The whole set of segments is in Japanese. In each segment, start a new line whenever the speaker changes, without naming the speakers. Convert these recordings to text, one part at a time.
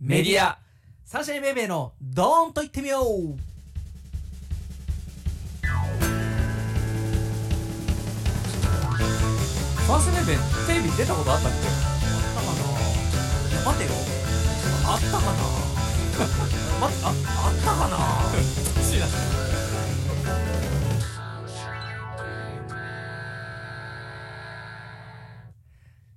メディアサンシャインベイベーのドーンと言ってみよう
サンシャインベイベーテレビ出たことあったっ
あったかないや待てよあったかな待ってああったかな
け知らない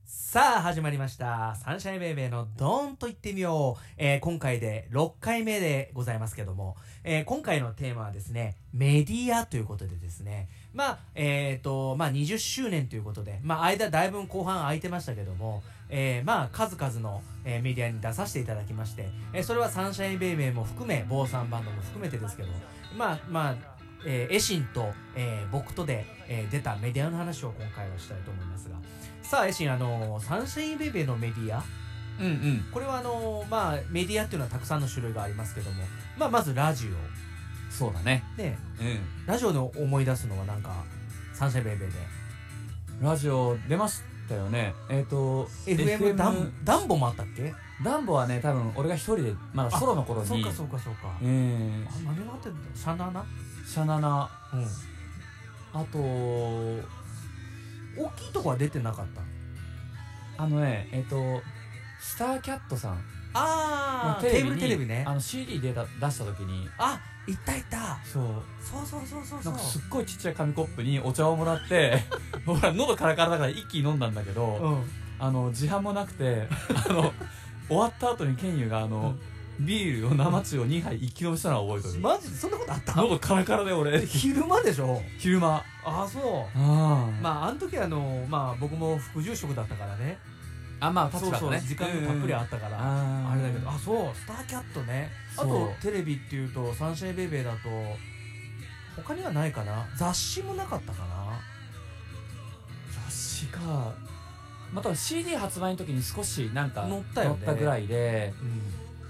さあ始まりましたサンシャインベイベーのドーンと言ってみよう、えー今回で6回目でございますけども、えー今回のテーマはですねメディアということでですねまあえっ、とまあ20周年ということでまあ間だいぶ後半空いてましたけどもえーまあ数々の、えーメディアに出させていただきまして、えーそれはサンシャインベイベーも含め坊さんバンドも含めてですけどまあまあえー、エシンと、えー僕とで、えー出たメディアの話を今回はしたいと思いますがさあエシンあのーサンシャインベイベーのメディア
うんうん
これはあのーまあメディアっていうのはたくさんの種類がありますけども、まあ、まずラジオ
そうだね
ね
うん
ラジオの思い出すのはなんかサンシャインベイベーで
ラジオ出ましたよねえっ、と
FM ダンダンボもあったっけ
ダンボはね多分俺が一人でまだソロの頃に
そうかそうかそうか
うん
あ何があってんだシャナナ
シャナナ
うん
あと
大きいとこは出てなかった
あのねえっ、とスターキャットさん
あ
の
あテーブ
に
ルテレビね
あの CD 出た出した時に
あいったいた
そう
そうそうそうそうそ
な
うん
かすっごいちっちゃい紙コップにお茶をもらって ほら喉カラカラだから一気に飲んだんだけど、
うん
あの自販もなく てあの終わった後にケンユがあの、ビールを生中を2杯一気飲みしたのは覚えてる
マジでそんなことあった
喉カラカラで俺
昼間でしょ
昼間
ああそう
あま
まああの時あのまあ僕も副住職だったからね
あまあ
そうそう時間もたっぷりあったから、
あ
あれだけどあそうスターキャットねあ
そ
と
う
テレビっていうとサンシャインベイベーだと他にはないかな雑誌もなかったかな
雑誌かまた CD 発売の時に少しなんか
乗ったよね
乗ったぐらいで
う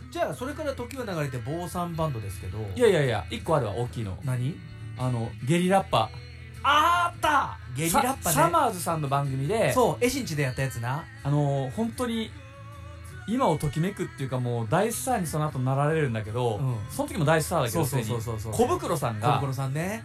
んじゃあそれから時は流れて坊さんバンドですけど
いやいやいや1個あるわ大きいの
何
あのゲリラッパ
あーあったゲリラッ
ササ
パね
マーズさんの番組で
そうエシンチでやったやつな
あの本当に今をときめくっていうかもう大スターにその後なられるんだけど、
うん
その時も大スターだけ
そ
ど
うそうそう
す
そうそ
で
う
に小袋さん
小
が
袋さんね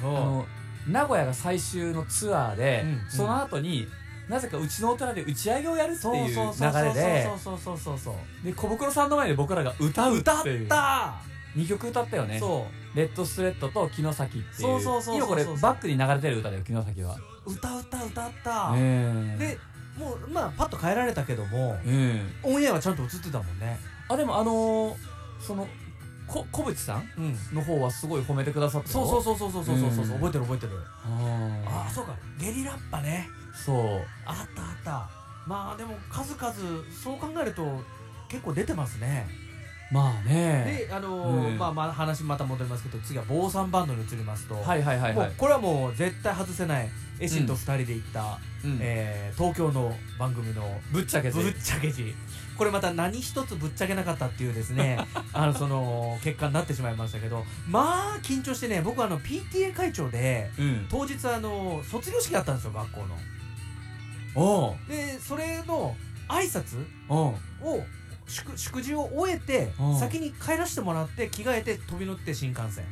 そ
あの名古屋が最終のツアーで、
うん
その後になぜかうちのお寺で打ち上げをやるって
そう
いう流
そうそうそう
れで
そうそうそうそう
で小袋さんの前で僕らが歌うって
歌っ
いう
た
2曲歌ったよね
そ
レッドスレッドと木の先っていう
そうそうそうそう
今これバックに流れてる歌だよ木の先は
う歌歌歌った
ええ
でもうまあパッと変えられたけども
ええ
オンエアはちゃんと映ってたもんね
あでもあのーそのこ小渕さん
うん
の方はすごい褒めてくださった
そうそう
う
そうそうそうそうそうそう
うん
覚えてる覚えてるあ
あ
あそうかゲリラッパね
ーそう
あったあったまあでも数々そう考えると結構出てますね
まあね
であのー
うん
まあまあ話また戻りますけど次は坊さんバンドに移りますと
はいはいはい
も
は
う
い
これはもう絶対外せないエシンと2人で行った、
うん
えー東京の番組の
ぶっちゃけて
ぶっちゃけ時これまた何一つぶっちゃけなかったっていうです ねあのその結果になってしまいましたけどまあ緊張してね僕あの PTA 会長で
うん
当日あの卒業式だったんですよ学校の
おう
でそれの挨拶
おう
を祝祝辞を終えて
うん
先に帰らせてもらって着替えて飛び乗って新幹線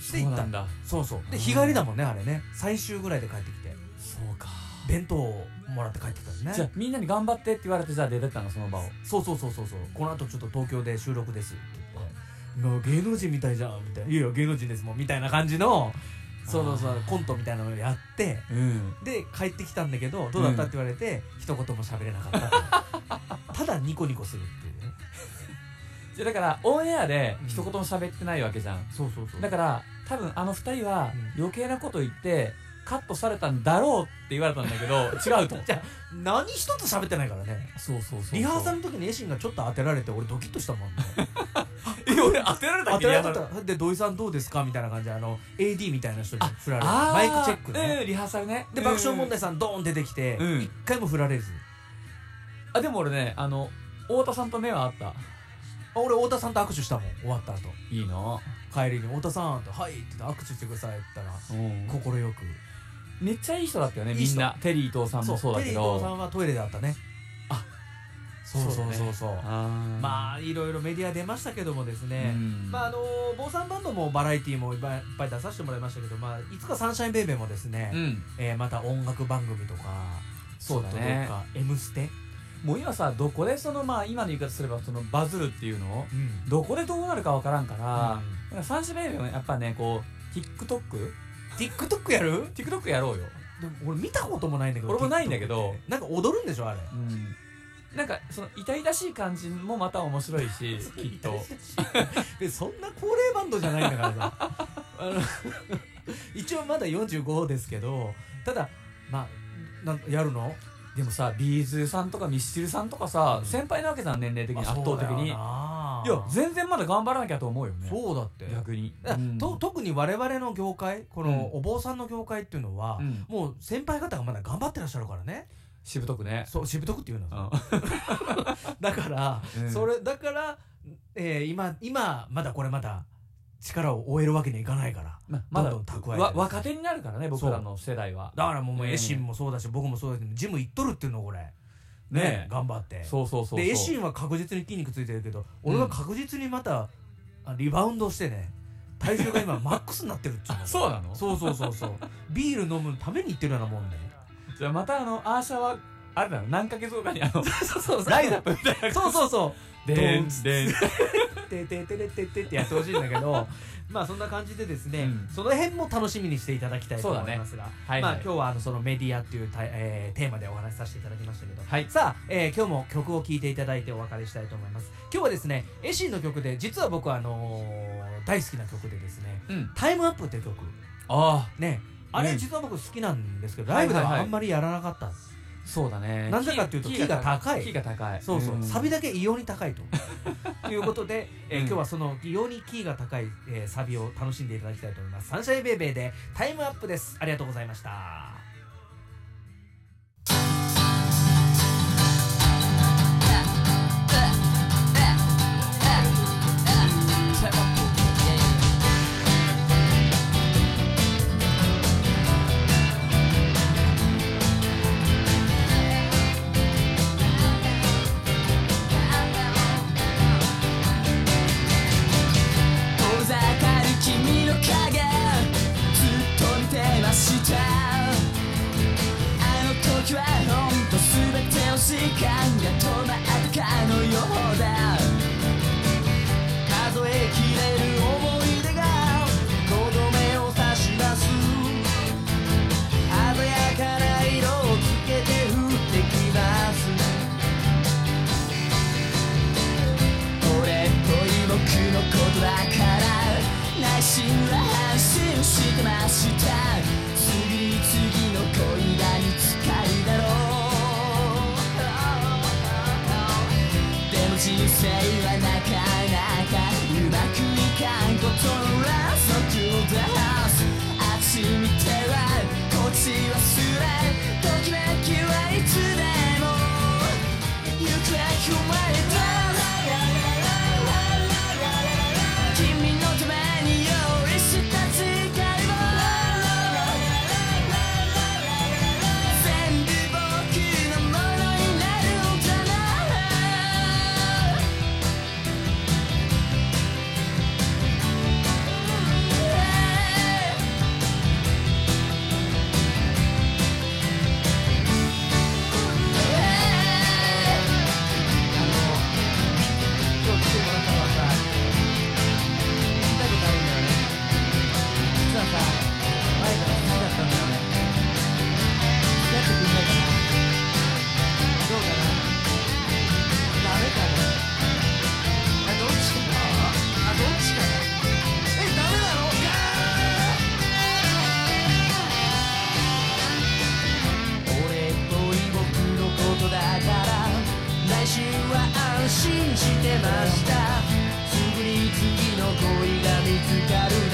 そ
で
う
行っ
な
た
んだ
そうそう
う
で
ん
日帰りだもんねあれね最終ぐらいで帰ってきて
そうか
弁当をもらって帰ってきたんです
じゃあ
ね
みんなに頑張ってって言われてじゃあ出てったのその場を
そうそうそうそうそうこの後ちょっと東京で収録ですって言って「もう芸能人みたいじゃん」みたいな「いやいや芸能人ですもん」みたいな感じのそのそ
あ
の
ー
コントみたいなのをやって
うん
で帰ってきたんだけど「どうだった?」
うん
って言われて、一言も喋れなかった ただニコニコするっていうね
じゃあだからオンエアで一言も喋ってないわけじゃん
そうそうそ
だから多分あの二人は
うん
余計なこと言ってカットされたんだろうって言われたんだけ ど違うと
じゃあ何一つ喋ってないからね
そうそうそう
リハーサルの時にエシンがちょっと当てられて俺ドキッとしたもん ね
え俺当てられた
当
っけ
てられたで土井さんどうですかみたいな感じであの AD みたいな人に振られる
あー
マイクチェックね、
うんリハーサルね
で爆笑問題さんドーン出てきて一、
うん
回も振られず
あでも俺ねあの太田さんと目はあった
あ俺太田さんと握手したもん終わった後
いいな
帰りに「太田さん」って「はい」って言って握手してくださいって言った
うん
ら快く
めっちゃいい人だったよね
いい
み
人
んなテリー伊藤さんもそうだ
テ
け
リー伊藤さ
ど
んはトイレで会ったね
あ
そうそうそうそう
あ
まあいろいろメディア出ましたけどもですね、まああの坊さんバンドもバラエティーもいっぱいいっぱい出させてもらいましたけど、まあ、いつかサンシャインベイベーもですね、
うん
えーまた音楽番組とか
そうだね
ちょっとどっか「M ステ」
もう今さどこでそのまあ今の言い方すればそのバズるっていうのを
うん
どこでどうなるかわからんから、
あ
なんか三種類はやっぱねこう TikTok?TikTok
TikTok やる
やろうよ、
でも俺見たこともないんだけど
俺もないんだけど
TikTok ってなんか踊るんでしょあれ
うん、なんかその痛々しい感じもまた面白い しきっと
でそんな高齢バンドじゃないんだからさ あの一応まだ45ですけどただまあなんかやるの
でもさビーズさんとかミスチルさんとかさ、
うん
先輩なわけじゃん年齢的に圧倒的にいや
や
全然まだ頑張らなきゃと思うよね
そうだって
逆に、
だ
うん
と特に我々の業界こ
う
の
ん
お坊さんの業界っていうのは、
うん
もう先輩方がまだ頑張ってらっしゃるからね
しぶとくね
そうしぶとくっていうの
うん
だから、
うん
それだから、えー今今まだこれまだ力を終えるわけにはいかないから
ままだ
どんどん蓄えて
わ若手になるからね僕らの世代は
だからもうもう
うん
エシンもそうだし、僕もそうだけどジム行っとるっていうのこれね
ね
頑張って
そうそうそうそう
でエシンは確実に筋肉ついてるけど俺は確実にまた、あリバウンドしてね体重が 今マックスになってるっちゅうの
そうなの
そうそうそうそうビール飲むために行ってるようなもんね
じゃあまたあのアーシャはあれだろ何ヶ月後かにあの
そうそう
ライズアップみたいな
そうそうそう
で
ドン
んでん
ててててててってやってほしいんだけどまあそんな感じでですね、
うん
その辺も楽しみにしていただきたいと
そう
思
だ
い
ね
ますが、
はいはい
まあ、今日はあのそのメディアっていうた、えーテーマでお話しさせていただきましたけど、
はい
さあ、えー今日も曲を聴いていただいてお別れしたいと思います今日はですねエシンの曲で実は僕はあのー大好きな曲でですね
うん
「タイムアップっていう曲
ああ
ねあれ
うん
実は僕好きなんですけど、
は
ラ
い
イブ
はい
で
はい
はあんまりやらなかったんです、
そうだね
なぜかっていうとキーが高い
キーが高い
そうそう、
ん
サビだけ異様に高い とということで、えー
うん
今日はその異様にキーが高い、えーサビを楽しんでいただきたいと思いますサンシャインベイベーでタイムアップですありがとうございました
遠ざかる君の影ずっと見てましたあの時はほんと全ての時間が止まったかのようだ数えきれる思い出がとどめを差し出す鮮やかな色をつけて降ってきます俺っぽい僕のことだから内心は安心してました次々の恋が見つかるだろうでも人生はなかなかうまくいかんことの連続だあっち見てはこっち忘れときめきはいつでも You crack your way down 君のために用意した誓いを全部僕のものになるんだな俺っぽい僕のことだから来週は安心してましたすぐに次の恋が見つかるだ